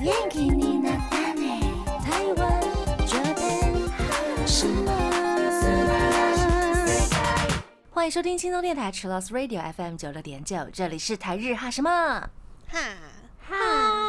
元気になったね台湾这边什么？欢迎收听轻松电台 c h i l l o s Radio FM 九六点九，这里是台日哈什么哈，哈。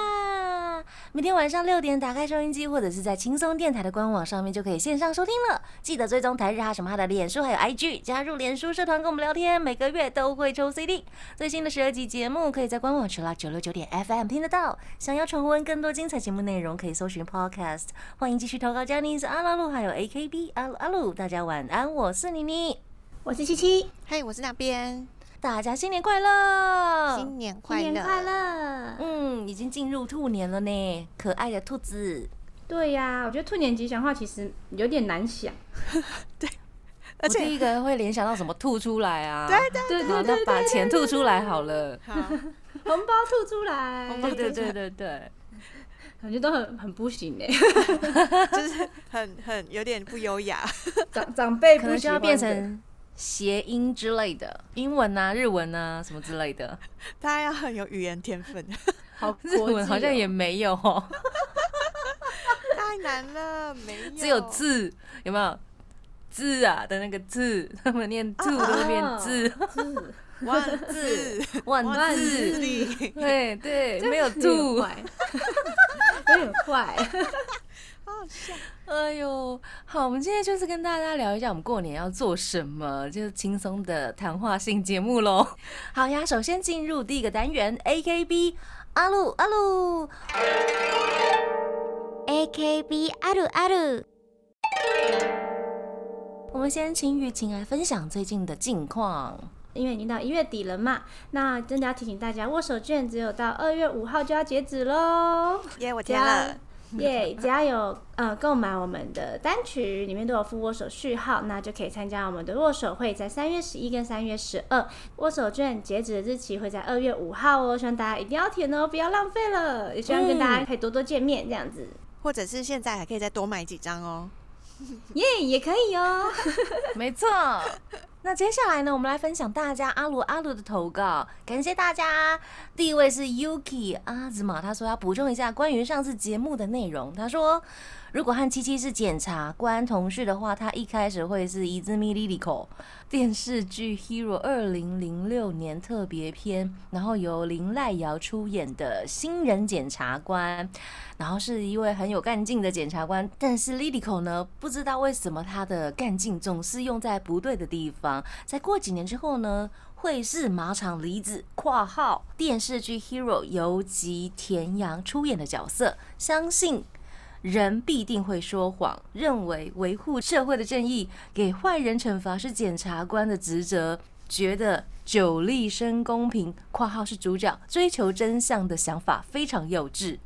每天晚上六点打开收音机，或者是在轻松电台的官网上面就可以线上收听了。记得追踪台日哈什么哈的脸书还有 IG，加入脸书社团跟我们聊天，每个月都会抽 CD。最新的十二集节目可以在官网 c h i l l o 九六九点 FM 听得到。想要重温更多精彩节目内容，可以搜寻 Podcast。欢迎继续投稿 j a n i c e 阿拉路还有 AKB 阿鲁阿鲁，大家晚安，我是妮妮。我是七七，嘿，我是那边，大家新年快乐！新年新快年乐，快乐！嗯，已经进入兔年了呢，可爱的兔子。对呀、我觉得兔年吉祥话其实有点难想。而我第且一个会联想到什么吐出来啊？对对对好，对那对把对，钱吐出来好了。好，红包吐出来，红包对对对对对，感觉都很很不行 哎、 就是很很有点不优雅，长长辈可不能喜就欢要的变成谐音之类的，英文啊、日文啊什么之类的。大家要很有语言天分， 好日国际文哦好像也没有哦，太难了，没有，只有字，有没有？字啊的那个字，他们念兔都会变字，字 万字， 万万字。力，对对，没有有兔点。 坏，有点坏。 好笑，哎呦，好，我们今天就是跟大家聊一下我们过年要做什么，就是轻松的谈话性节目喽。 好呀，首先进入第一个单元 A K B 阿鲁阿鲁， AKB あるある我们先请雨晴来分享最近的近况。因为已经到一月底了嘛，那真的要提醒大家，握手券只有到二月五号就要截止喽。 耶，我只填要了，耶，只要有呃购买我们的单曲，里面都有附握手序号，那就可以参加我们的握手会，在三月十一跟三月十二，握手券截止的日期会在二月五号哦，希望大家一定要填哦，不要浪费了，也希望跟大家可以多多见面这样子，或者是现在还可以再多买几张哦，耶、也可以哦。没错。那接下来呢，我们来分享大家阿鲁阿鲁的投稿，感谢大家。第一位是 Yuki 阿紫玛，他说要补充一下关于上次节目的内容。他说，如果和七七是检察官同事的话，他一开始会是伊兹米莉莉口电视剧《Hero》二零零六年特别篇，然后由林濑遥出演的新人检察官。然后是一位很有干劲的检察官，但是 Lilico 呢，不知道为什么他的干劲总是用在不对的地方。再过几年之后呢，会是马场离子（括号电视剧 Hero 由吉田洋出演的角色），相信。人必定会说谎，认为维护社会的正义、给坏人惩罚是检察官的职责，觉得久立生公平（括号是主角）追求真相的想法非常幼稚。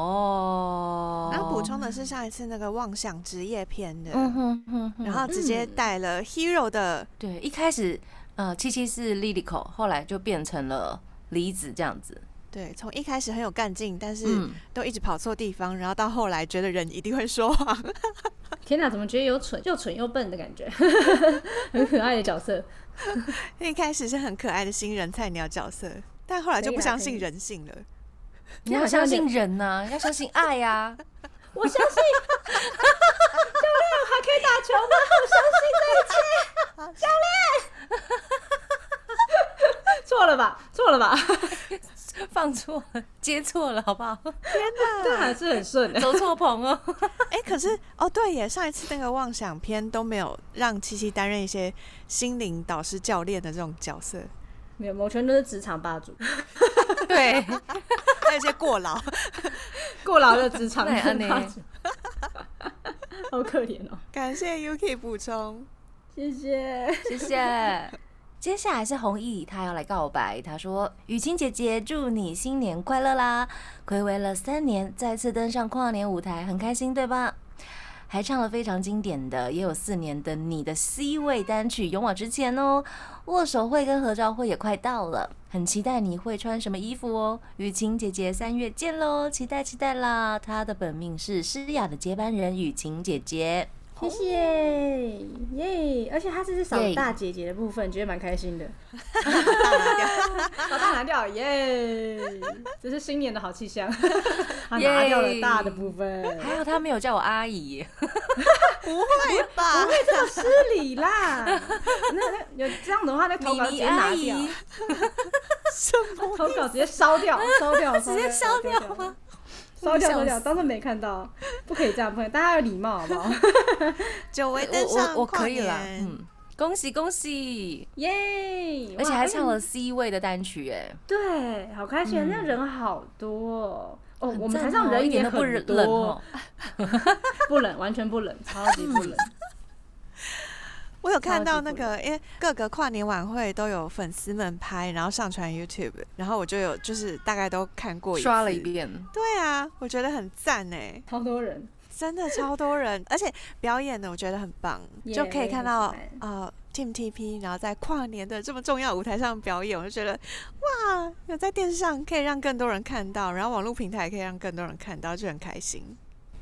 哦，然后补，充的是上一次那个妄想职业篇的，嗯哼哼哼，然后直接带了 hero 的，对，一开始呃，七七是 Lilico，后来就变成了离子这样子。对，从一开始很有干劲，但是嗯，都一直跑错地方，然后到后来觉得人一定会说谎， 天哪，怎么觉得有蠢又蠢又笨的感 觉，很可爱的角色。一开始是很可爱的新人菜鸟角色，但后来就不相信人性了。你要相信人呐、要相信爱呀、我相信，教练还可以打球吗？我相信这一切，教练。错了吧？错了吧？放错了，接错了，好不好？这还是很顺的。走错棚哦。哎、可是哦，对耶，上一次那个妄想片都没有让七七担任一些心灵导师、教练的这种角色，没有，某全都是职场霸主，对，还有一些过劳。 过劳的职 场那也安呢霸主，好可怜哦。感谢 Yuki 补充，谢谢。 谢谢。接下来是弘毅，他要来告白。他说：“雨晴姐姐，祝你新年快乐啦！暌违了三年，再次登上跨年舞台，很开心，对吧？还唱了非常经典的，也有四年的你的 C 位单曲《勇往直前》哦。握手会跟合照会也快到了，很期待你会穿什么衣服哦。雨晴姐姐，三月见喽，期待期待啦！她的本命是诗雅的接班人雨晴姐姐。谢谢耶！而且他这是扫耶大姐姐的部分，觉得蛮开 心的。大把大拿掉，耶！这是新年的好气 象，他拿掉了大的部分，还好他没有叫我阿姨，不会哎吧？失礼啦。那那有这样的话，那投米稿直妮接拿阿掉，姨，投稿直接烧 掉，烧掉，直接烧掉吗？ 烧掉，我烧笑掉，死当做没看到，不可以这样，不可以，大家要礼貌，好不好？久违登我上我我跨可以年啦，嗯，恭喜恭喜， 耶！而且哇嗯还唱，而了且 C 位的单曲，哎，对，好开心，那人好多哦。嗯哦，我们很台赞上哦人一点也都不很冷多哦，， 不冷，完全不冷，超级 不冷。我有看到那超个，因为各个跨年晚会都有粉丝们拍，然后上传 YouTube，然后我就有就是大概都看过一次刷了一。遍，对啊，我觉得很赞哎，超多人，真的超多人，而且表演的我觉得很棒 Yeah，就可以看到我也很喜呃 Team TP，然后在跨年的这么重要舞台上表演，我就觉得哇，有在电视上可以让更多人看到，然后网络平台也可以让更多人看到，就很开心。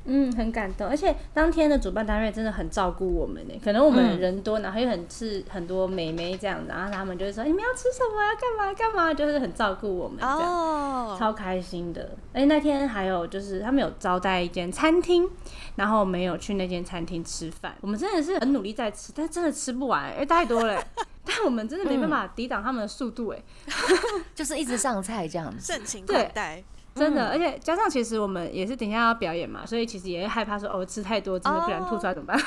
嗯，很感动。而且当天的主办单位真的很照顾我们呢，可能我们嗯人多，然后又很是很多美眉这样，然后他们就会说你们要吃什么啊，干嘛干嘛，就是很照顾我们这样。哦，超开心的，而且那天还有就是他们有招待一间餐厅，然后我们有去那间餐厅吃饭。我们真的是很努力在吃，但真的吃不完，因为太多了。但我们真的没办法抵挡他们的速度，哎，就是一直上菜这样子，盛情对款待，真的，而且加上其实我们也是等一下要表演嘛，所以其实也会害怕说哦吃太多真的不然吐出来怎么办？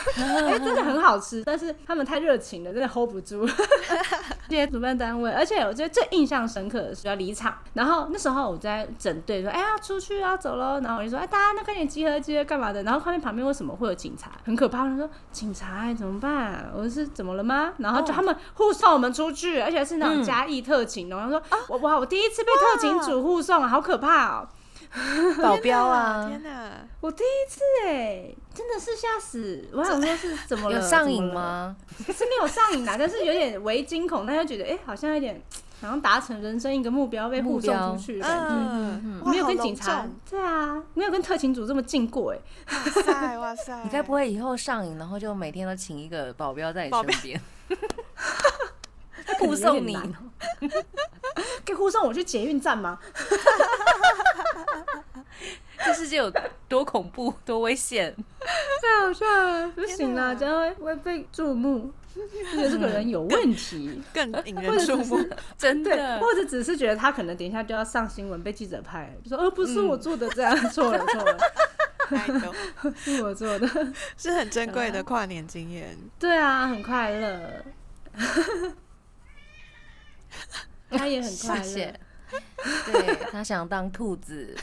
因为真的很好吃，但是他们太热情了，真的 hold 不住。这些主办单位，而且我觉得最印象深刻的是要离场，然后那时候我在整队说哎呀出去啊走喽，然后我就说哎大家那快点集合集合干嘛的？然后看见旁边为什么会有警察，很可怕，他说警察、哎怎么办？我是怎么了吗？然哦后就他们护送我们出去，而且是那种嘉义特嗯勤哦，然后说啊我哇我第一次被特勤组护送，好可怕哦。 保镖啊，天哪！我第一次哎、真的是吓死！我想说是怎么了？有上怎瘾么了？吗？是没有上瘾啦，啊但是有点微惊恐，但又觉得哎、好像有点好像达成人生一个目标被护目标送出去的感觉。嗯，哇没有跟好警隆察 重，对啊，没有跟特勤组这么近过哎、哇塞哇塞，你该不会以后上瘾，然后就每天都请一个保镖在你保身镖边 可能护有送点你难？哦可以护送我去捷运站吗？这世界有多恐怖、多危险？太好笑了，啊不行哪啦，这样会会被注目，觉得这个人有问 题。更引人注目？真对，的，或者只是觉得他可能等一下就要上新闻，被记者拍，就说呃不是我做的，这样错了错了， 哎呦是我做的。是很珍贵的跨年经验。对啊，很快乐， 他也很谢快乐谢。。对他想当兔子，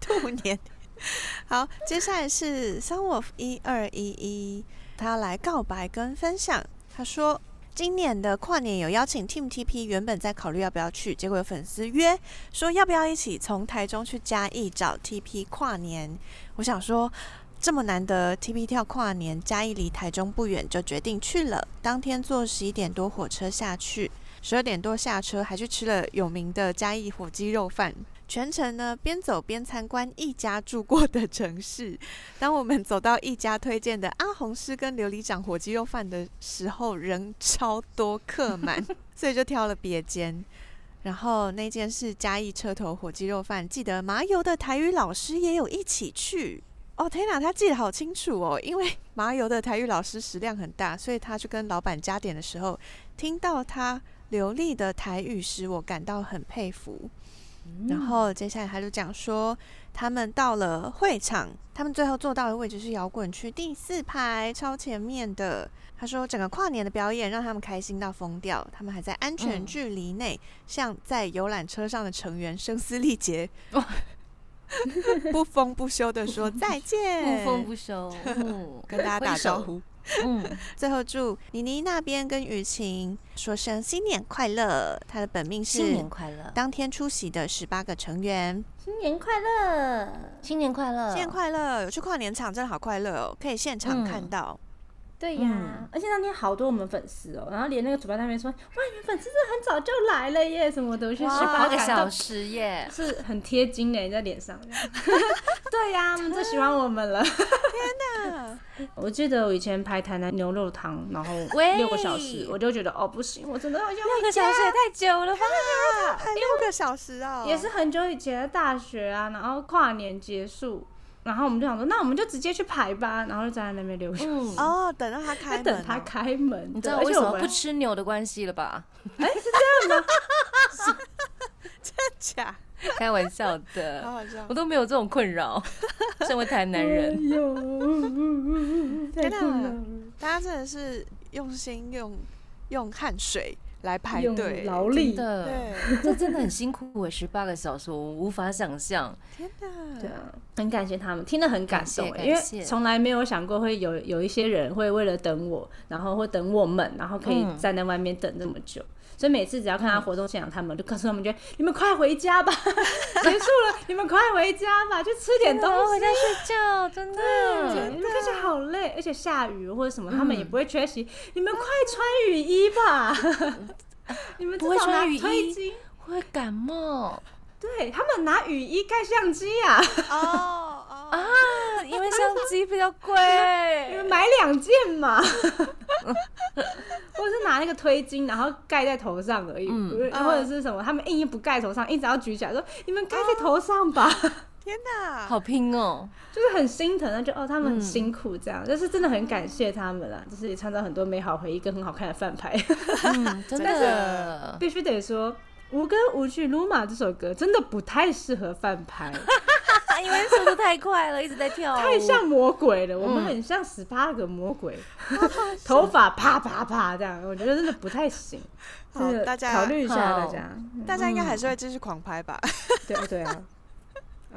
兔年。 好，接下来是 s u n w o l f 一二一一，他来告白跟分享。他说，今年的跨年有邀请 Team TP，原本在考虑要不要去，结果有粉丝约说要不要一起从台中去嘉义找 TP 跨年。我想说。这么难得，TP 跳跨年，嘉义离台中不远，就决定去了。当天坐十一点多火车下去，十二点多下车，还去吃了有名的嘉义火鸡肉饭，全程呢，边走边参观一家住过的城市。当我们走到一家推荐的阿红师跟琉璃掌火鸡肉饭的时候，人超多，客满，所以就挑了别间。然后那间是嘉义车头火鸡肉饭，记得麻油的台语老师也有一起去。哦天哪，他记得好清楚哦，因为 麻油的台语老师食量很大，所以他去跟老板加点的时候，听到他流利的台语时，我感到很佩服。然后接下来他就讲说，他们到了会场，他们最后坐到的位置是摇滚区第四排，超前面的。他说，整个跨年的表演让他们开心到疯掉，他们还在安全嗯距离内，向在游览车上的成员声嘶力竭，哇 不疯不休的说再见，不丰不休，嗯，跟大家打招呼。挥手，嗯，最后祝妮妮那边跟雨晴说声新年快乐，她的本命新是年快乐，当天出席的十八个成员。新年快乐！新年快乐，新年快乐！有去跨年场真的好快乐哦，可以现场看到。对呀，嗯而且那天好多我们粉丝哦，然后连那个主办单位说，哇，你们粉丝真的很早就来了耶，什么的，我就哇十八八个小时，时耶，是很贴金的，在脸上。对呀、 他们最喜欢我们了。啊 我记得我以前排台南牛肉汤，然后喂六个小时，我就觉得哦不行，我真的好像半个 小时也太久了吧？嗯排啊六个小时哦，也是很久以前的大学啊，然后跨年结束，然后我们就想说，那我们就直接去排吧，然后就站在那边留学。嗯，哦，等到在他开门等哦，他 开门，你知对道而且为什我么们不吃牛的关系了 吧？假，开玩笑好的，好笑我。都没有这种困 扰。身为台南人，哎 呦嗯嗯嗯嗯太天哪酷了大家真的是用心用用汗水来排用队，劳真力，的，对，这真的很辛苦哎，十八个小时，我无法想象。天哪，对啊，很感谢他们，听得很感动感欸，谢因感谢为从来没有想过会有有一些人会为了等我，然后会等我们，然后可以嗯站在外面等那么久。所以每次只要看到活动现场，他们就告诉他们觉得你们快回家 吧，结束了，你们快回家吧，去吃点东我西回。家睡觉， 真的。啊嗯对，而且好累，而且下雨或者什么，他们也不会缺席。你们快穿雨衣吧， 你们不会至少拿穿雨衣推巾，会感冒对他们拿雨衣盖相机啊呀、哦啊 哦，，因为相机比较贵。你们 买两件嘛， 或者是拿那个推巾，然后盖在头上而已，嗯或者嗯或者是什么，他们硬硬不盖头上，一直要举起来说你们盖在头上吧， 天哪， 好拼哦！就是很心疼啊，就哦他们很辛苦这样，但是真的很感谢他们啦，就是也创造很多美好回忆跟很好看的饭牌，嗯，真 的。 必须得说。无根无据，鲁玛这首歌真的不太适合翻拍，啊因为速度太快了，一直在跳舞。太像魔鬼了。我们很像十八个魔鬼，头发啪啪啪这样，我觉得真的不太行。好这个，大家考虑一下好大家，大家应该还是会继续狂拍吧，对啊对 啊，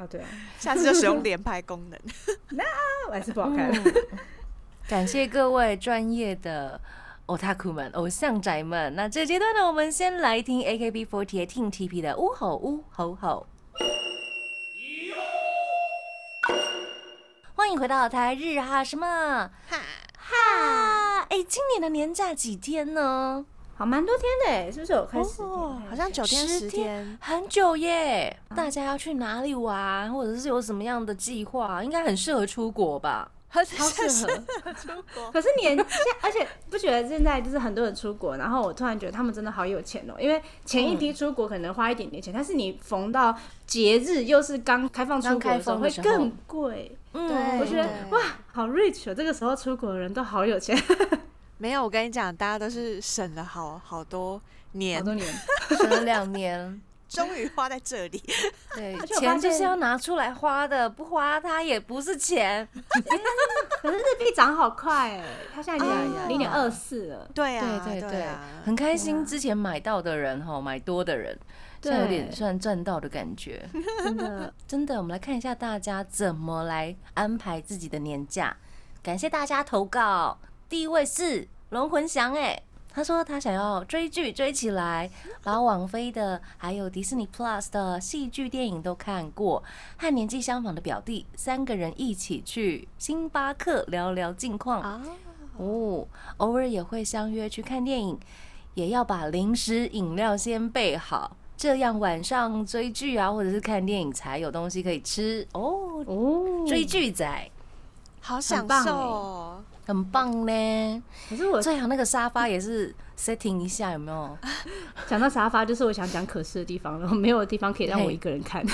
啊对啊， 下次就使用连拍功 能。那我还是不好看。感谢各位专业的 otaku 们、偶像宅们。那这阶段呢，我们先来听 AKB48 Team TP 的《呜吼呜吼吼》。欢迎回到台日哈什么哈，哈？哎、今年的年假几天呢？好，蛮多天的耶，是不是有快十哦天？，好像九天十天，很久耶。大家要去哪里玩，或者是有什么样的计划？应该很适合出国 吧？好超适合。出国，可是年假，而且不觉得现在就是很多人出国，然后我突然觉得他们真的好有钱哦、因为前一批出国可能花一点点钱，但是你逢到节日又是刚开放出国的时候，刚开放会的时候更贵。嗯，我觉得对哇，好 rich 哦、这个时候出国的人都好有钱， 没有，我跟你讲，大家都是省了好好多好年，多年。 省了两年。终于花在 这里。 对，且我发钱就是现要拿出来花的，不花它也不是钱。 可是日币涨好快哎、它现在呀零零点二四了。对对啊，对对啊，，很开心之前买到的人哈，买多的人，现在有点算赚到的感觉。 真的，真的，我们来看一下大家怎么来安排自己的年假。感谢大家投稿，第一位是龙魂祥哎。他说他想要追剧追起来，然后网飞的还有迪士尼 Plus 的戏剧电影都看过，和年纪相仿的表弟三个人一起去星巴克聊聊近况啊，哦，偶尔也会相约去看电影，也要把零食饮料先备好，这样晚上追剧啊，或者是看电影才有东西可以吃哦。哦追剧仔好享很棒受哦。很棒呢，可是我最好那个沙发也是 setting 一下，有没有？讲到沙发，就是我想讲可是的地方，然后没有地方可以让我一个人看，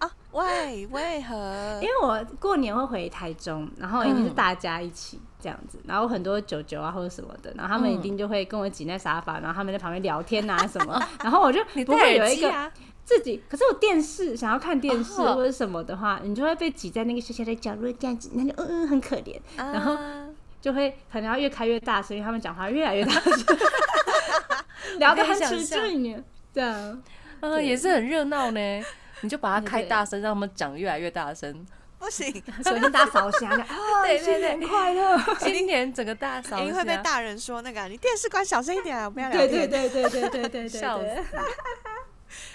啊，喂，为何 欸因？为我过年会回台中，然后一定是大家一起这样子，然后很多九九啊或者什么的，然后他们一定就会跟我挤在沙发，然后他们在旁边聊天啊什么，然后我就你不会戴有耳一机个啊？自己，可是我电视想要看电视哦或者什么的话，你就会被挤在那个小小的角落这样子，那就嗯嗯很可怜，然后啊就会可能要越开越大声，因为他们讲话越来越 大声，聊得很起劲呢，这样。呃，对也是很热闹 呢。你就把它开对大声，让他们讲越来越大声。不行，首先大扫虾 的啊，对对新对年快乐！今年整个大扫啊你一会被下，大人说那个啊，你电视关小声一点啊，不要聊对天。对对对对对对对笑死对，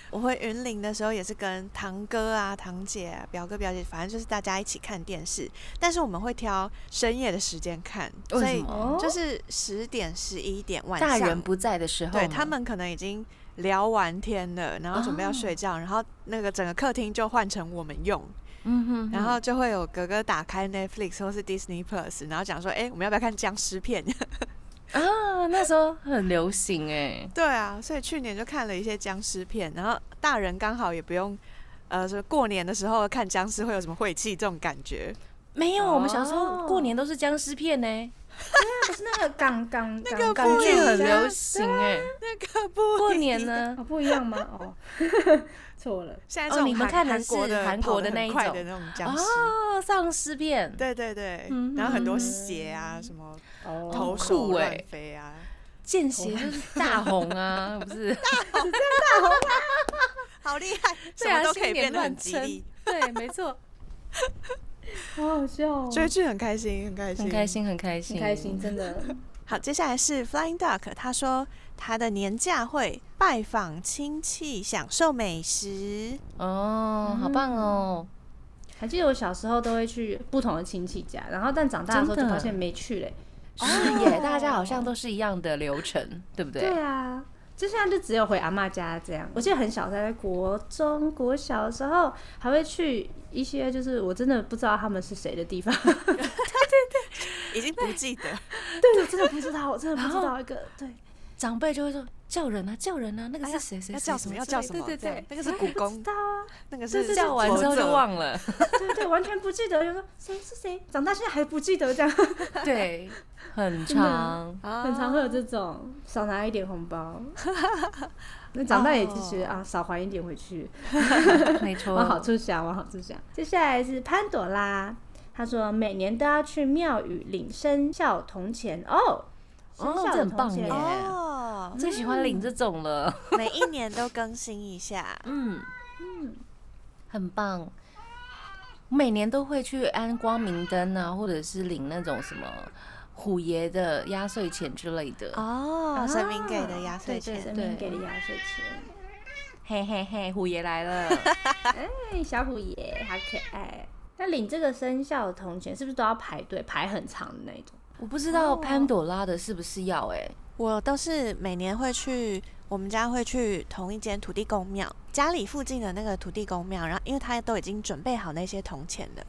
我回云林的时候也是跟堂哥啊、堂姐、啊、表哥、表姐，反正就是大家一起看电视，但是我们会挑深夜的时间看，为所什以哦么就是十点、十一点晚上，大人不在的时候吗，对他们可能已经聊完天了，然后准备要睡觉，然后那个整个客厅就换成我们用，嗯哼哼，然后就会有哥哥打开 Netflix 或是 Disney Plus，然后讲说，哎、我们要不要看僵尸片？啊，那时候很流行哎，对啊，所以去年就看了一些僵尸片，然后大人刚好也不用，呃，说过年的时候看僵尸会有什么晦气这种感觉。没有，我们小时候哦过年都是僵尸片呢，可是那个港港港个港港剧剧啊很流行哎，那个不过年？呢哦，不一样吗？哦， 错了。现在这种哦你们韩看的韩是国的韩国的跑得很那一快种的那种僵尸，哦，丧尸片，对对对嗯，然后很多血啊，什么哦，头酷手乱欸飞啊，见血就是大红 啊，不是？好厉害，什对啊么都可新以年变得很乱吉利称。，对，没错，好好笑哦，追剧很开心，很开心，很开。心，很开心，很开心，真的。好，接下来是 Flying Duck，他说他的年假会拜访亲戚，享受美食。哦，好棒哦！还记得我小时候都会去不同的亲戚家，然后但长大的时候真就的发现没去嘞。嗯是哦耶，大家好像都是一样的流程，对不对？啊，就现在就只有回阿嬷家这样。我记得很小，在国中、国小的时候，还会去一些就是我真的不知道他们是谁的地方。已经不记得，对，我真的不知道，我真的不知然道一个对。长辈就会说叫人啊，叫人啊，那个哎是呀谁谁要谁叫什么谁要之叫类什么？对对这样对，那个是古知宫，道啊，那个就是是叫完之后就了。忘 了。对对，完全不记得，就说谁是谁，长大现在还不记得这样，对，很真的长。很很常会有这种少拿一点红包，那长大也其实、哦啊少还一点回去，没错，往好处想，往好处想。接下来是潘朵拉，她说每年都要去庙宇领生肖铜钱哦，生哦肖这的很铜棒钱耶哦，最喜欢领这种了。。每一年都更新一下嗯很棒。我每年都会去安光明灯啊，或者是领那种什么虎爷的压岁钱之类的。哦，神明给的啊压对岁对钱，神对明给的压岁钱。嘿嘿嘿，虎爷来了。哎，小虎爷好可爱。那领这个生肖的铜钱是不是都要排队，排很长的那一种？ 我不知道潘朵拉的是不是要哎、我都是每年会去，我们家会去同一间土地公庙，家里附近的那个土地公庙，然后因为他都已经准备好那些铜钱了，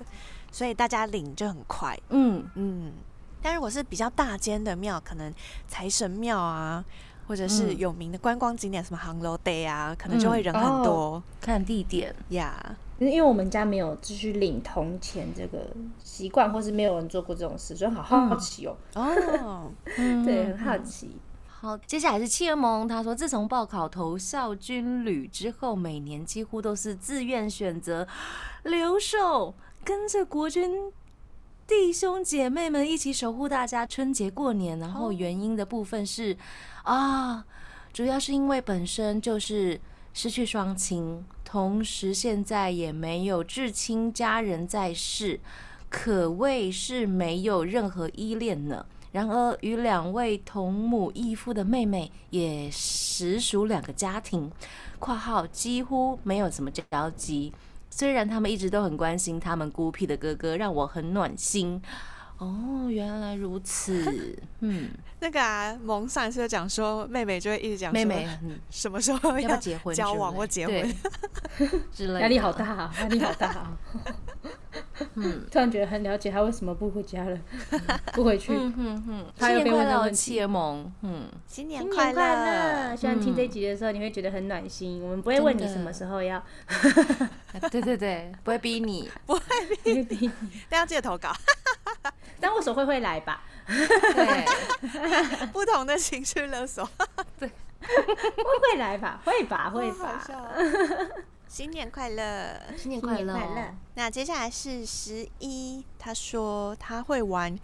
所以大家领就很快。嗯，嗯，但如果是比较大间的庙，可能财神庙啊，或者是嗯有名的观光景点，什么杭楼 day 啊，可能就会人很多看地点。呀。因为我们家没有就是领铜钱这个习惯，或是没有人做过这种事，所以好好奇哦。哦，嗯对，很好奇。好，接下来是契尔蒙，他说自从报考投校军旅之后，每年几乎都是自愿选择留守，跟着国军。弟兄姐妹们一起守护大家春节过年，然后原因的部分是、啊，主要是因为本身就是失去双亲，同时现在也没有至亲家人在世，可谓是没有任何依恋呢。然而，与两位同母异父的妹妹也实属两个家庭（括号几乎没有什么交集）。虽然他们一直都很关心他们孤僻的哥哥，让我很暖心。哦，原来如 此。嗯， 那个啊，萌上一次就讲说，妹妹就会一直讲说妹妹 嗯什么时候要不要结婚之类？交往或结婚。 对之类的， 压力好大啊，压力好大啊！嗯， 突然觉得很了解他为什么不回家了，不回去。嗯哼哼，他新又年被快问到乐，问题启蒙， 嗯，新新年年快乐！乐！希望听这集的时候你会觉得很暖心。我们不会问你真的什么时候要对对对，不会逼 你，逼 你，大家记得投 稿，但握手会会来吧？对，不同的情绪勒索，会会来吧？会吧？会 好吧？笑哦。 新年快乐！新年新快年乐，快乐！那接下来是十一，他说他会玩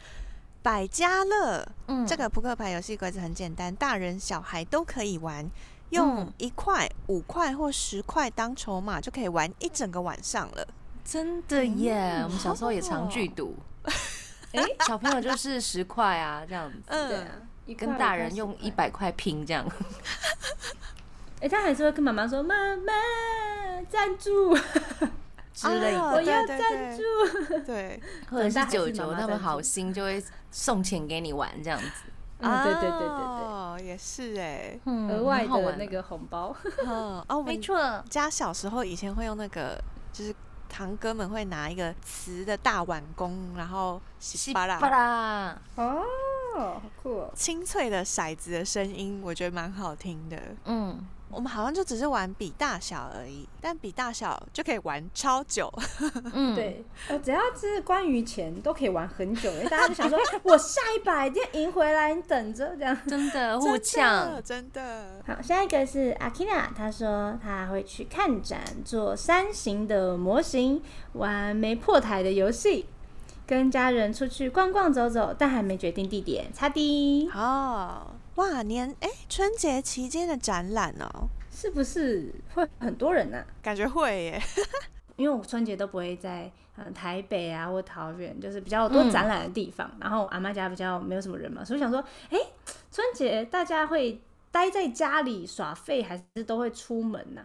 百家乐，嗯，这个扑克牌游戏规则很简单，大人小孩都可以玩，用嗯一块、五块或十块当筹码就可以玩一整个晚上了。真哦的耶！我们小时候也常剧赌，哎， 小朋友就是十块啊，这样子，对嗯，啊，一块 跟大人用一，百块拼这样，哎、他还是会跟妈妈说：“妈妈，赞助，之类的，哦 我要对赞对对助。 对或者是啊长大还是九妈九妈他们赞助好心就会送钱给你玩这样子，嗯，对对对对哦，也是哎，嗯对，额外很好玩的那个红包。嗯，哦，我没们错，家小时候以前会用那个，就是堂哥们会拿一个瓷的大碗公，然后洗巴巴啦，拉，哦，好酷哦！清脆的骰子的声音，我觉得蛮好听的。嗯，我们好像就只是玩比大小而已，但比大小就可以玩超久。嗯，对，呃，只要是关于钱，都可以玩很久，因 为大家就想说，哎我下一把一定要赢回来，你等着这样。真的互真呛的，， 真的， 好，下一个是阿 k i n a 他说他会去看展，做三型的模型，玩没破台的游戏，跟家人出去逛逛走走，但还没决定地点。擦滴，哦，哇，年哎，春节期间的展览哦，是不是会很多人呐、啊感觉会耶。因为我春节都不会在嗯、呃台北啊或桃园，就是比较多展览的地方。然后我阿妈家比较没有什么人嘛，所以我想说，哎、春节大家会待在家里耍废，还是都会出门呢、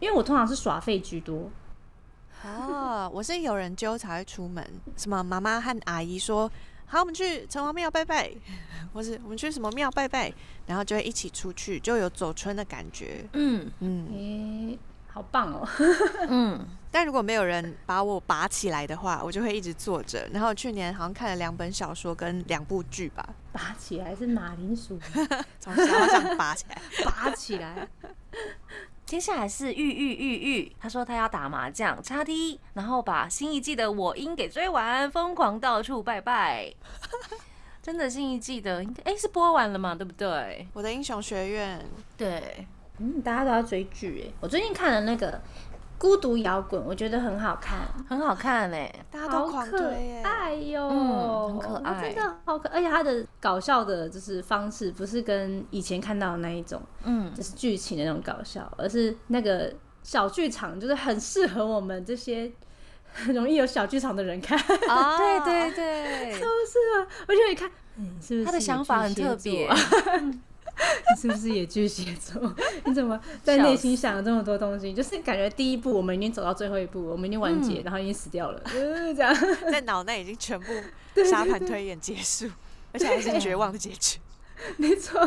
因为我通常是耍废居多。 哦，我是有人揪才会出门，什么妈妈和阿姨说，好，我们去城隍庙拜拜， 或是我们去什么庙拜拜，然后就会一起出去，就有走春的感觉。嗯哎、嗯，好棒哦！ 嗯，但如果没有人把我拔起来的话，我就会一直坐着。然后去年好像看了两本小说跟两部剧吧，拔起来是马铃薯，从沙发上拔起来。拔起来。接下来是玉玉玉玉，他说他要打麻将，叉 T，然后把新一季的我应给追完，疯狂到处拜拜。 真的新一季的应该哎是播完了嘛，对不对？我的英雄学院，对，嗯，大家都要追剧哎。我最近看了那个《孤独摇滚》，我觉得很好看。很好看哎、大家好都狂可推耶。爱哟、嗯很可它爱真的好可，而且它的搞笑的就是方式不是跟以前看到的那一种， 嗯，就是剧情的那种搞笑，而是那个小剧场，就是很适合我们这些很容易有小剧场的人看，超 哦对对对，适合。我就会看，嗯，你是不是他的想法很特别也巨蟹座啊你 是不是也巨蟹座？ 你怎 么在内心想了这么多东西？就是感觉第一步我们已经走到最后一步，我们已经完嗯结，然后已经死掉了，就是这样。 在脑内已经全部沙盘推演结束，而且还是绝望的结局。没错，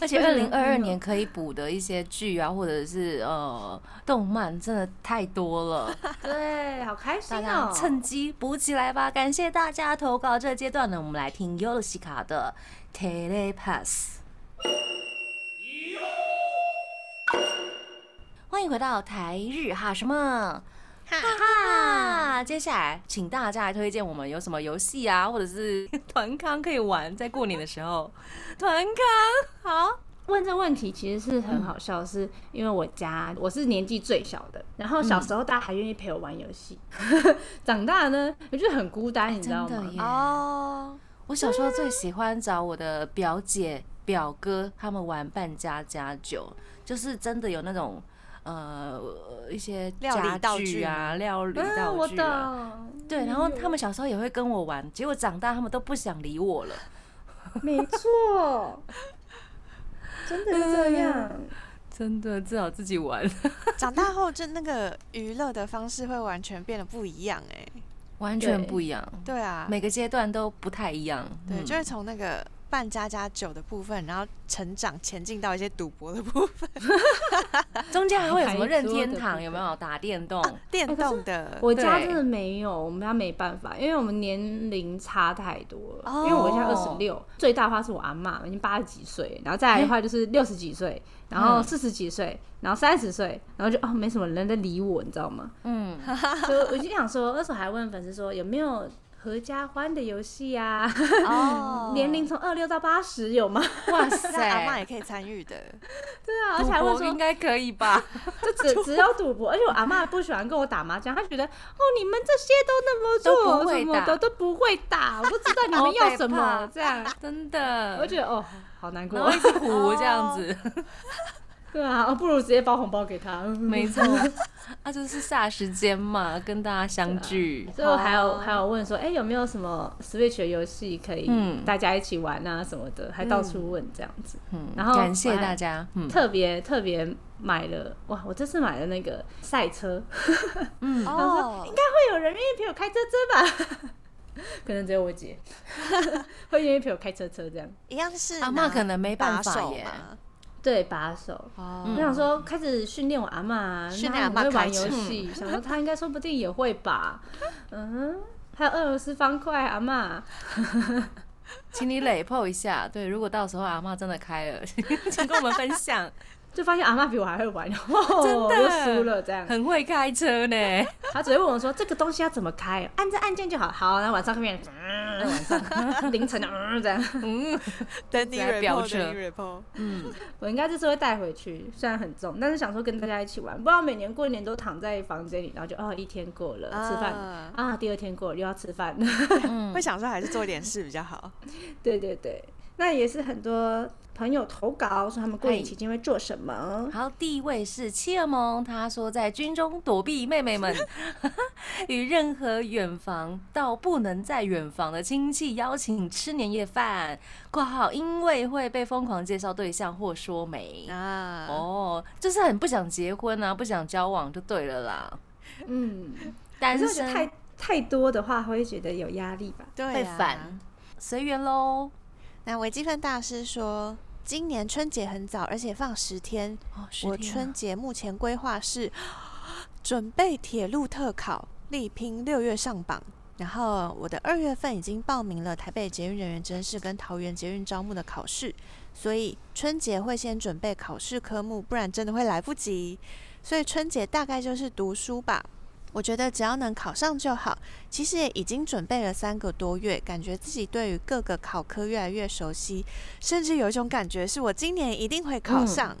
而且 对二很零二有二年可以补的一些剧啊，或者是呃动漫，真的太多了，对，好开心大哦家！趁机补起来吧！感谢大家投稿。这个阶段呢，我们来听尤罗西卡的《Telepass》。欢迎回到台日哈什么？哈！接下来，请大家来推荐我们有什么游戏啊，或者是 团康可以玩，在过年的时候。团康好，问这问题其实是很嗯好笑，是因为我家我是年纪最小的，然后嗯小时候大家还愿意陪我玩游戏， 长大呢我就很孤单，你知道真的吗耶？哦，我小时候最喜欢找我的表姐、表哥他们玩扮家家酒，就是真的有那种呃一些料理家道具具啊、料理啊，道我具啊，懂，对。然后他们小时候也会跟我玩，结果长大他们都不想理我了。没 错，真的是这样。真的，只好自己玩，长大后，就那个娱乐的方式会完全变得不一样哎、 完全对不一样，对啊，每个阶段都不太一样。对，嗯就会从那个扮家家酒的部分，然后成长前进到一些赌博的部分，中间还会有什么任天牌桌的堂，部分有没有打电动？电动的。我家对真的没有，我们家没办法，因为我们年龄差太多了。哦因为我现在二十六，最大的话是我阿妈，已经八十几岁，然后哎再来的话就是六十几岁，然后嗯四十几岁，然后三十岁，然后就哦没什么人在理我，你知道吗？嗯， 所以我就想说，那时候还问粉丝说有没有合家欢的游戏啊？哦年龄从二六到八十有吗？哇那阿妈塞也，可以参与的，对啊，而赌且还问博说应该可以吧？就只只有赌博，而且我阿妈不喜欢跟我打麻将，她觉得哦你们这些都那么都弱不会什么打的都不会打，我不知道你们要什好害 怕么这样，真的，我就觉得哦好 然难过哦 后一，直糊这样子，对啊，哦不如直接包红包给他。 没错，啊，就是霎时间嘛，跟大家相聚。最后还哦有还有问说，哎、有没有什么 Switch 的游戏可以嗯大家一起玩啊什么的，还到处问这样子。嗯，然后感谢我还大家。嗯特别特别买了哇！我这次买了那个赛车， 嗯，哦，应该会有人愿意陪我开车车吧？ 可能只有我姐会愿意陪我开车车这样。一样是阿妈嬷可能没办法耶嗯对，把手。我哦，想说，开始训练我阿妈啊，训那练阿你嬷会开玩游车戏，想说她应该说不定也会吧。嗯，还有俄罗斯方块，阿嬷。请你累破一下。对，如果到时候阿嬷真的开了， 请跟我们分享， 就发现阿嬷比我还会玩，然后真我的就输了这样。很会开车 呢。她只会问我说：“这个东西要怎么开？按这按键就好。”好，然后晚上会变成嗯，晚上凌晨的嗯这样。嗯，等你在飙 report，车等你 report，我应该这次会带回去，虽然很重，但是想说跟大家一起玩，不然每年过年都躺在房间里，然后就哦一天过了，吃饭啊啊，第二天过了又要吃 饭。嗯会想说还是做点事比较好。对对对，那也是很多朋友投稿说他们过年嗨期间会做什么。然后第一位是切尔蒙，他说在军中躲避妹妹们， 与任何远房到不能再远房的亲戚邀请吃年夜饭（括号因为会被疯狂介绍对象或说媒）。啊，哦，就是很不想结婚啊，不想交往就对了啦。嗯，单可是我觉得身太太多的话，会觉得有压力吧。对、啊，会反，随缘喽。那微积分大师说，今年春节很早，而且放十天。哦，我春节目前规划是 准备铁路特考，力拼六月上榜。然后我的二月份已经报名了台北捷运人员甄试跟桃园捷运招募的考试，所以春节会先准备考试科目，不然真的会来不及。所以春节大概就是读书吧。我觉得只要能考上就好。其实也已经准备了三个多月，感觉自己对于各个考科越来越熟悉，甚至有一种感觉是我今年一定会考嗯上。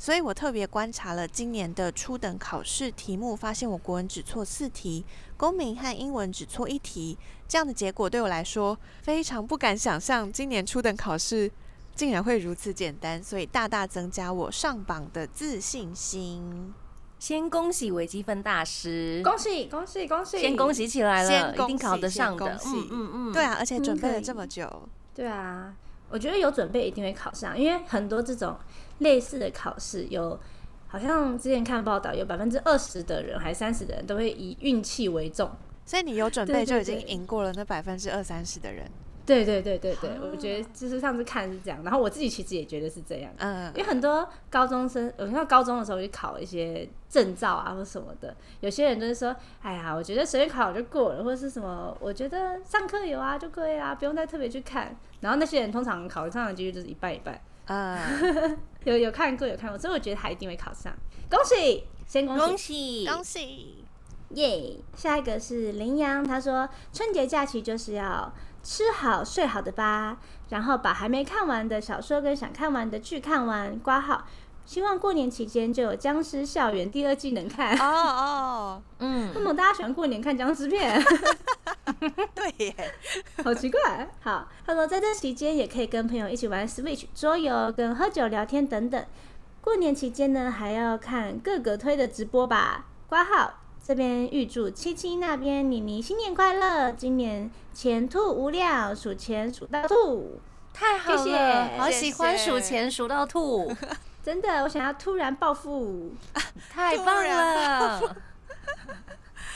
所以我特别观察了今年的初等考试题目，发现我国文只错四题，公民和英文只错一题。这样的结果对我来说非常不敢想象，今年初等考试竟然会如此简单，所以大大增加我上榜的自信心。先恭喜微积分大师，恭喜恭喜恭喜！先恭！喜起来先了，恭一定考得喜上的。先恭嗯喜嗯嗯，对啊，而且嗯准备可了以这么久，对啊，我觉得有准备一定会考上，因为很多这种类似的考试有。好像之前看报道，有百分之二十的人还三十的人都会以运气为重。所以你有准对备对就已经对赢过了那百分之二三十的人。对对对对对，我觉得就是上次看是这样，然后我自己其实也觉得是这样。嗯因为很多高中生，我看高中的时候就考一些证照啊或什么的，有些人就是说，哎呀，我觉得随便考就过了，或者是什么，我觉得上课有啊就可以啦、不用再特别去看。然后那些人通常考上的几率就是一半一半，嗯，有有看过有看过，所以我觉得他一定会考上，恭喜，先恭恭喜，喜恭喜！耶下一个是羚羊，他说春节假期就是要吃好睡好的吧，然后把还没看完的小说跟想看完的剧看完，挂好。希望过年期间就有《僵尸校园》第二季能看。 哦哦， 嗯为什么大家喜欢过年看僵尸片？对耶， 好奇怪。好，他说在这期间也可以跟朋友一起玩 Switch 桌游，跟喝酒聊天等等。过年期间呢，还要看各个推的直播吧。挂号这边预祝七七那边妮妮新年快乐，今年前途无量，数钱数到吐。太好了，谢谢好喜欢谢谢数钱数到吐，真的，我想要突然暴富。太突棒然了！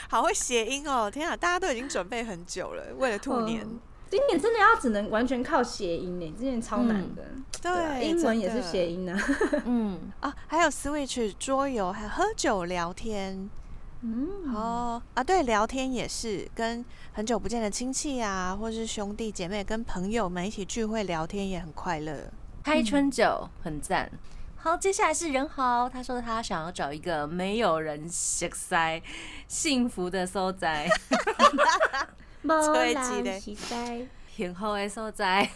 好会谐音哦！天啊，大家都已经准备很久了，为了兔年。嗯今年真的要只能完全靠谐音呢，今年超难的。对啊，对，英文也真是的谐音啊。嗯，啊，还有 Switch 桌游，还有喝酒聊天。 嗯，哦啊，对，聊天也是跟很久不见的亲戚啊，或是兄弟姐妹、跟朋友们一起聚会聊天也很快乐。开春酒很赞。好，接下来是任豪，他说他想要找一个没有人 熟塞、幸福的所在，波催急兰嘞西塞。然后的所在，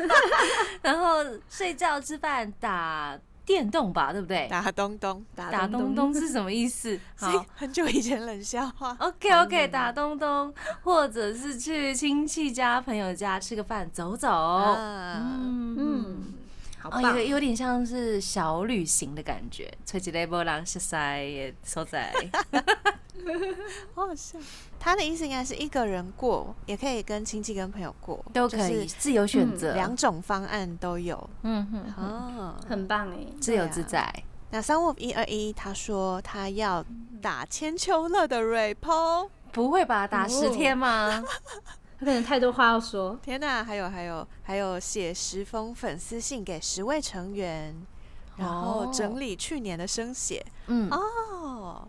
然后睡觉、吃饭、打电动吧，对不对？打东东，打东东 是什么意思？是好，很久以前冷笑话。 OK OK，打东东，或者是去亲戚家、朋友家吃个饭、走走。啊，嗯嗯，嗯，好哦，棒！有有点像是小旅行的感觉，吹起雷波浪是塞也所 在，好好笑。他的意思应该是一个人过，也可以跟亲戚跟朋友过，都可以、自由选择，两种方案都有。嗯哼，哦，很棒哎，自由自在。那三五一二一，他说他要打千秋乐的 repo。不会吧？打十天吗？他可能太多话要说，天呐，还有还有还有写十封粉丝信给十位成员，然后哦整理去年的生写 嗯，哦，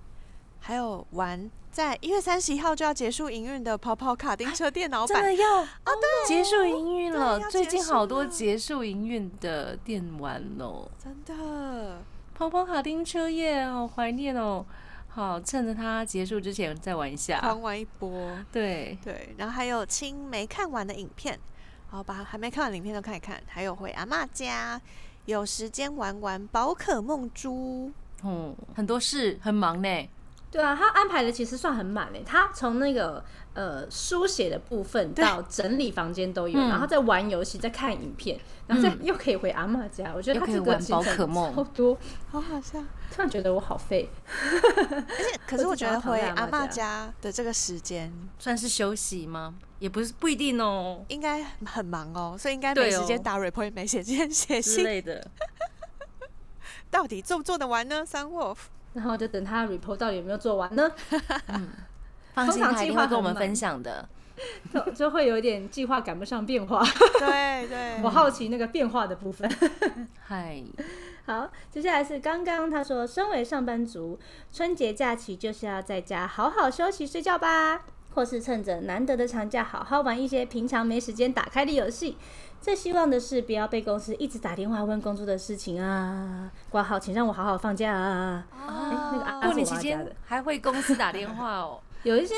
还有玩在一月三十一号就要结束营运的跑跑卡丁车电脑真版的要哦啊？对，结束营运了对要。最近结束好多了结束营运的电玩哦，真的跑跑卡丁车耶，好怀念哦。好，趁着它结束之前再玩一下狂。玩一波，对，对，然后还有亲没看完的影片，好把还没看完的影片都看一看，还有回阿嬷家，有时间玩玩宝可梦猪，嗯，很多事很忙呢。对啊，他安排的其实算很满诶，他从那个呃书写的部分对到整理房间都有，嗯然后再玩游戏，再看影片，然后再又可以回阿嬷家。我觉得又他可以这个玩行宝可程梦超多，好好笑。突然觉得我好废。而且可是我我只觉想得要躺回在阿阿嬷嬷家家的这个时间，算是休息吗？也不是不一定哦应该很忙哦，所以应该没对时间哦打 report，、没时间写之信。类 的。到底做不做得完呢？三 wolf 然后就等他 report 到底有没有做完呢，放心，通常他一计定划会跟我很们满分享的。就 就会有一点计划赶不上变化。对嗯对我，好奇那个变化的部分。嗨，好，接下来是刚刚他说，身为上班族，春节假期就是要在家好好休息睡觉吧，或是趁着难得的长假好好玩一些平常没时间打开的游戏。最希望的是不要被公司一直打电话问工作的事情啊，挂号，请让我好好放假啊。那个阿过年是期我家间的还会公司打电话 哦。有一些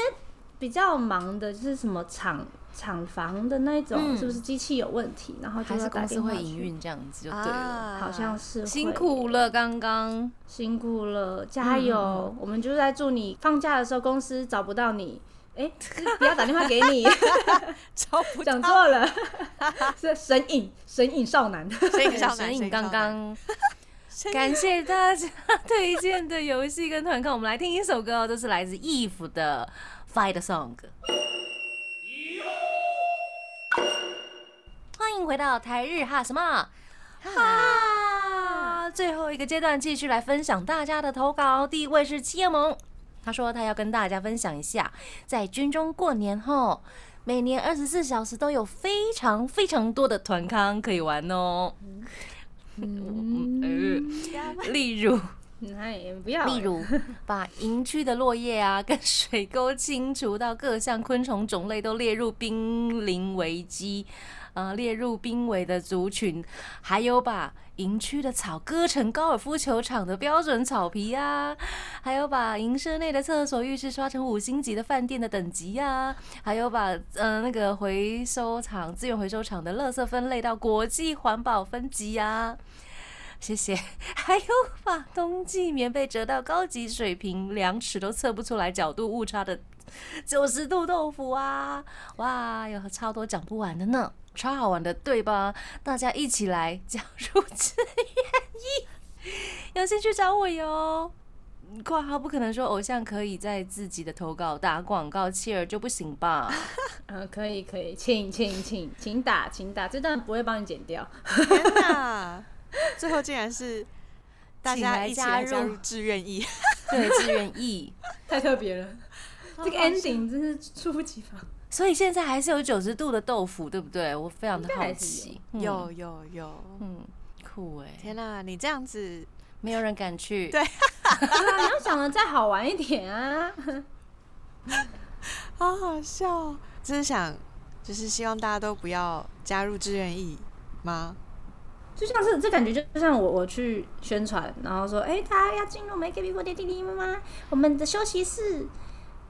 比较忙的，就是什么厂厂房的那一种，嗯是不是机器有问题，然后就还要是打公司电话会去营，运这样子就对了，啊好像是会辛苦了刚刚。辛苦了，加油！嗯我们就在祝你放假的时候公司找不到你，哎、 是不要打电话给你，超不讲 到错了，是神隐神隐少男，神隐少男，神隐影刚刚，神感谢大家推荐的游戏跟团购，我们来听一首歌哦，这是来自 Eve 的《Fight Song》。欢迎回到台日哈什么？啊！最后一个阶段，继续来分享大家的投稿。第一位是七叶萌，他说他要跟大家分享一下，在军中过年后，每年二十四小时都有非常非常多的团康可以玩哦。嗯，呃例如，哎，不要、例如把营区的落叶啊跟水沟清除，到各项昆虫种类都列入濒临危机，呃，列入濒危的族群，还有把营区的草割成高尔夫球场的标准草皮啊，还有把营舍内的厕所、浴室刷成五星级的饭店的等级啊，还有把呃那个回收厂、资源回收厂的垃圾分类到国际环保分级啊。谢谢。还有把冬季棉被折到高级水平，量尺都测不出来角度误差的九十度豆腐啊！哇，有超多讲不完的呢，超好玩的，对吧？大家一起来加入志愿役，有兴趣找我哟。括号不可能说偶像可以在自己的投稿打广告，切尔就不行吧？嗯，可以可以，请请请请打请打，这段不会帮你剪掉，天哪！最后竟然是大请家来一起加来加入入志愿役，对，志愿役。太特 别了，这个 ending 真是猝不及防。啊所以现在还是有九十度的豆腐，对不对？我非常的应该好还是奇。嗯有有有！嗯，酷哎、天哪，你这样子没有人敢去。对对啊，你要想的再好玩一点啊！好好笑哦，真是想就是希望大家都不要加入志愿役吗？就像是这感觉，就像我我去宣传，然后说，哎、大家要进入美给比国的弟弟妈妈，我们的休息室，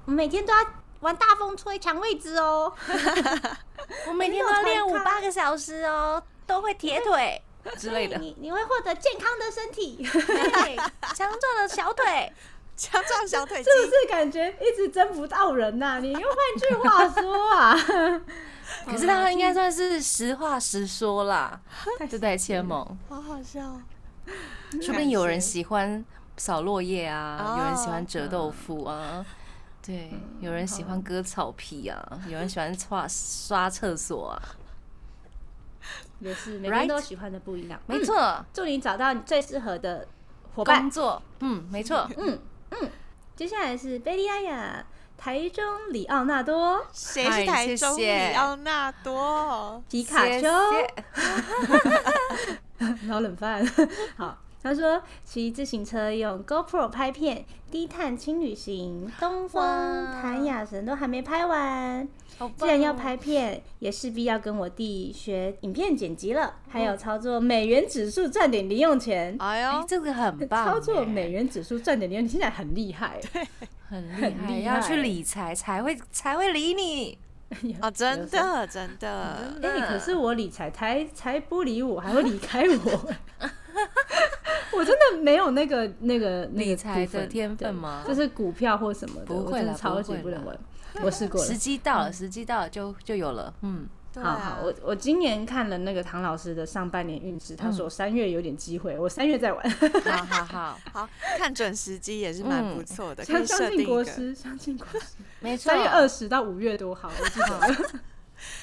我们每天都要玩大风吹抢位置 哦。我每天都要练五八个小时哦，都会铁腿 之类的 对，你你会获得健康的身体，对，强壮的小腿，强壮小腿肌，是不是感觉一直征服到人呐、你用换句话说啊，可是他应该算是实话实说啦，对不对？切萌，好好笑哦。说不定有人喜欢扫落叶啊，有人喜欢哦折豆腐啊，对，嗯有人喜欢割草皮啊，有人喜欢刷刷厕所啊， 也是每个人 Right 都喜欢的不一样。没嗯，错，祝你找到你最适合的伙伴工。作，嗯，没错，接下来是贝利亚雅，台中里奥纳多、谁是嗨台谢中里谢奥纳多？哦皮卡谢丘、谢老冷饭。 好，他说骑自行车用 GoPro 拍片，低碳轻旅行，东风、哇谭雅神都还没拍完。好既棒然要哦拍片，也势必要跟我弟学影片剪辑了，还哦有操作美元指数赚点零用钱。哎哎，呦，这个很棒欸，操作美元指数赚点零用钱，现在很 厉害，哎很厉很害，厉要去害理财才会才会理你，哦，真的真的，哎、可嗯是我理财才才不理我，还会离开我。 我真的没有那个那个那个理财部分的天分吗对就是股票或什么的，不会啦我真的超级不能不会玩。我试过了时。机到了，嗯时机到了就就有了，嗯，对好啊好，我我今年看了那个唐老师的上半年运势，嗯他说我三月有点机会，我三月再玩。 好好好，好看准时机也是蛮不错的，可相以相设信定一国个师，相信 国师，没错三，月二十到五月多好，我记 得。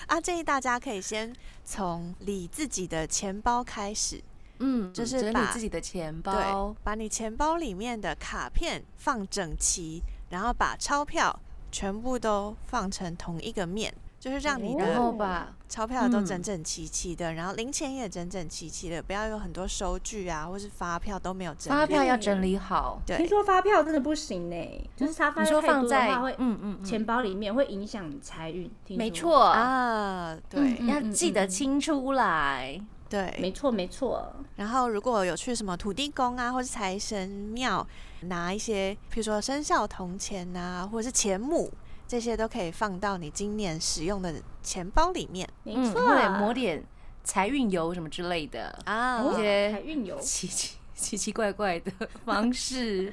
啊。建议大家可以先从理自己的钱包开始，嗯，就是整理把自己的钱包对，，把你钱包里面的卡片放整齐，然后把钞票全部都放成同一个面，就是让你然后的把钞票都嗯整整齐齐的，然后零钱也整整齐齐的，不要有很多收据啊或是发票都没有整理。发票要整理好，听对，说发票真的不行呢，就是他嗯发你票说太放多的在话会嗯嗯嗯钱包里面会影响你财运。听没说错，啊，对嗯要记得清出来。对。没错，没错。然后如果有去什么土地公啊或是财神庙拿一些，比如说生肖铜钱啊，或者是钱母，这些都可以放到你今年使用的钱包里面没嗯，错，或者抹点财运油什么之类的，啊一财些运有奇奇奇奇怪怪的方 式，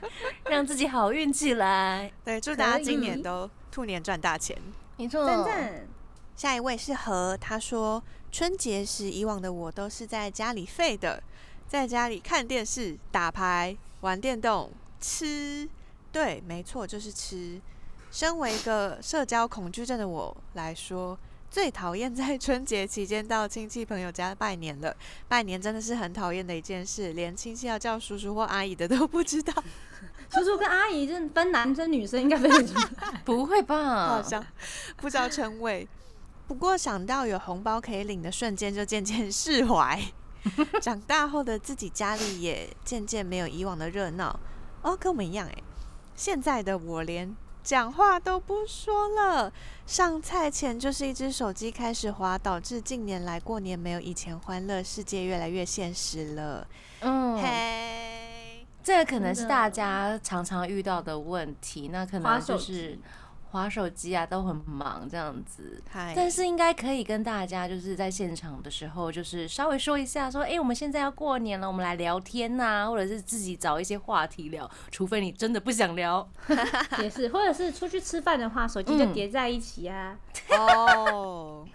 让自己好运起来。对，祝大家可今以年都兔年赚大钱。没错赞赞，下一位是何，他说春节时以往的我都是在家里废的，在家里看电视、打牌、玩电动、吃，对，没错，就是吃。身为一个社交恐惧症的我来说，最讨厌在春节期间到亲戚朋友家拜年了。拜年真的是很讨厌的一件事，连亲戚要啊叫叔叔或阿姨的都不知道，叔叔跟阿姨真的分男生女生应该分得出来。不会好吧？像不知道称谓。不过想到有红包可以领的瞬间，就渐渐释怀。长大后的自己家里也渐渐没有以往的热闹哦，跟我们一样哎。现在的我连讲话都不说了，上菜前就是一只手机开始滑，导致近年来过年没有以前欢乐，世界越来越现实了。嗯，嘿，这个可能是真的大家常常遇到的问题，那可能就滑手是机划手机啊，都很忙这样子。嗨， 但是应该可以跟大家就是在现场的时候，就是稍微说一下说，哎，我们现在要过年了，我们来聊天呐、或者是自己找一些话题聊，除非你真的不想聊。 也是，或者是出去吃饭的话，手机就叠在一起啊，哦，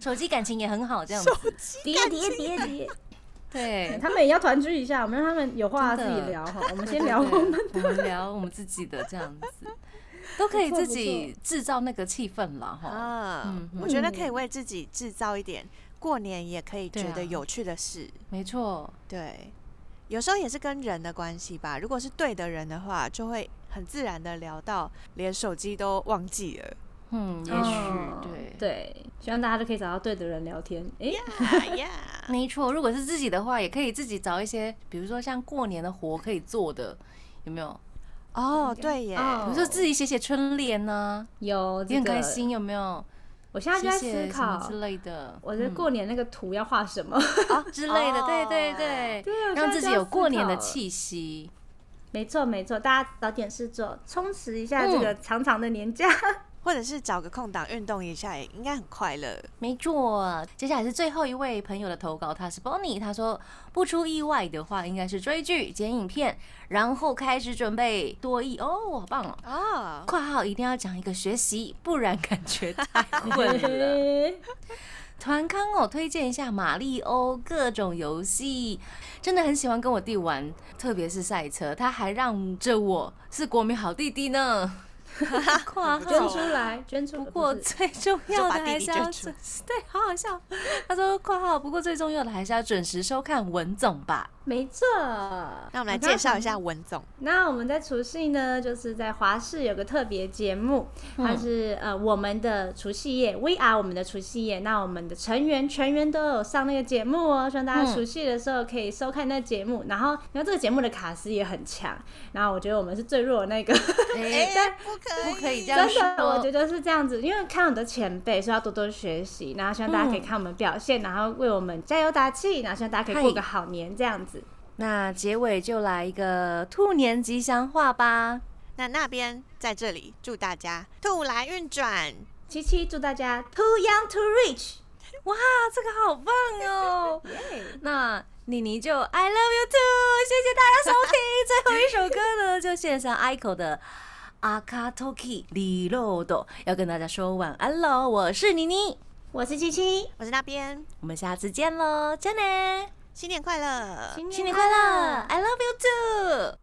手机感情也很好，这样子。叠叠叠叠， 对，他们也要团聚一下，我们让他们有话自真的己聊哈。我们对先对 聊对我们，我们聊我们自己的这样 子，都可以不错自不己制造那个气氛了哈。啊，嗯我觉得可以为自己制造一点过年也可以对觉得啊有趣的事。没错，对,、有时候也是跟人的关系吧。如果是对的人的话，就会很自然的聊到连手机都忘记了。嗯，也哦许对。对，希望大家都可以找到对的人聊天。哎，哎呀，没错，如果是自己的话，也可以自己找一些，比如说像过年的活可以做的，有没有？ 哦，对耶，比哦如说自己写写春联呢、有也这很个开，心，有没有？我现在就在写写思什么考之。类嗯的，我的过年那个图要画什么？ 啊之类的，对对哦对，对我现在让自就己要有思过年的考气息。嗯没错没错，大家找点事做，充实一下这个长长的年假。或者是找个空档运动一下，也应该很快乐。没错，接下来是最后一位朋友的投稿，他是 Bonnie，他说不出意外的话，应该是追剧、剪影片，然后开始准备多译哦，好棒哦！哦，括号一定要讲一个学习，不然感觉太 混了。团康哦，推荐一下马里欧各种游戏，真的很喜欢跟我弟玩，特别是赛车，他还让着我是国民好弟弟呢。 括捐号出来，捐出。不过不是最重要的就把弟还弟是要捐出准，对，好好笑。他说括号，不过最重要的还是要准时收看文总吧。没错。那我们来介绍一下文总，那我们在除夕呢，就是在华视有个特别节目，嗯它是、呃我们的除夕夜，We are 我们的除夕夜。那我们的成员全员都有上那个节目哦，希望大家嗯除夕的时候可以收看那节目。然后，然后这个节目的卡司也很强，然后我觉得我们是最弱的那 个。哎、不可不可以这样真的，我说觉。得是这样子，因为看到很多前辈，所以要多多学习，然后希望大家可以看我们表现，然后为我们加油打气，然后希望大家可以过个好年这样子。那结尾就来一个兔年吉祥话吧。那那边在这里祝大家兔来运转，七七，祝大家 too young to reach，哇，这个好棒哦！那妮妮就 I love you too，谢谢大家收听。最后一首歌呢，就献上 Ico 的。阿卡托基里洛多要跟大家说晚安喽，我是妮妮，我是七七，我是那边，我们下次见喽，真的，新年快乐，新新年快乐，I love you too。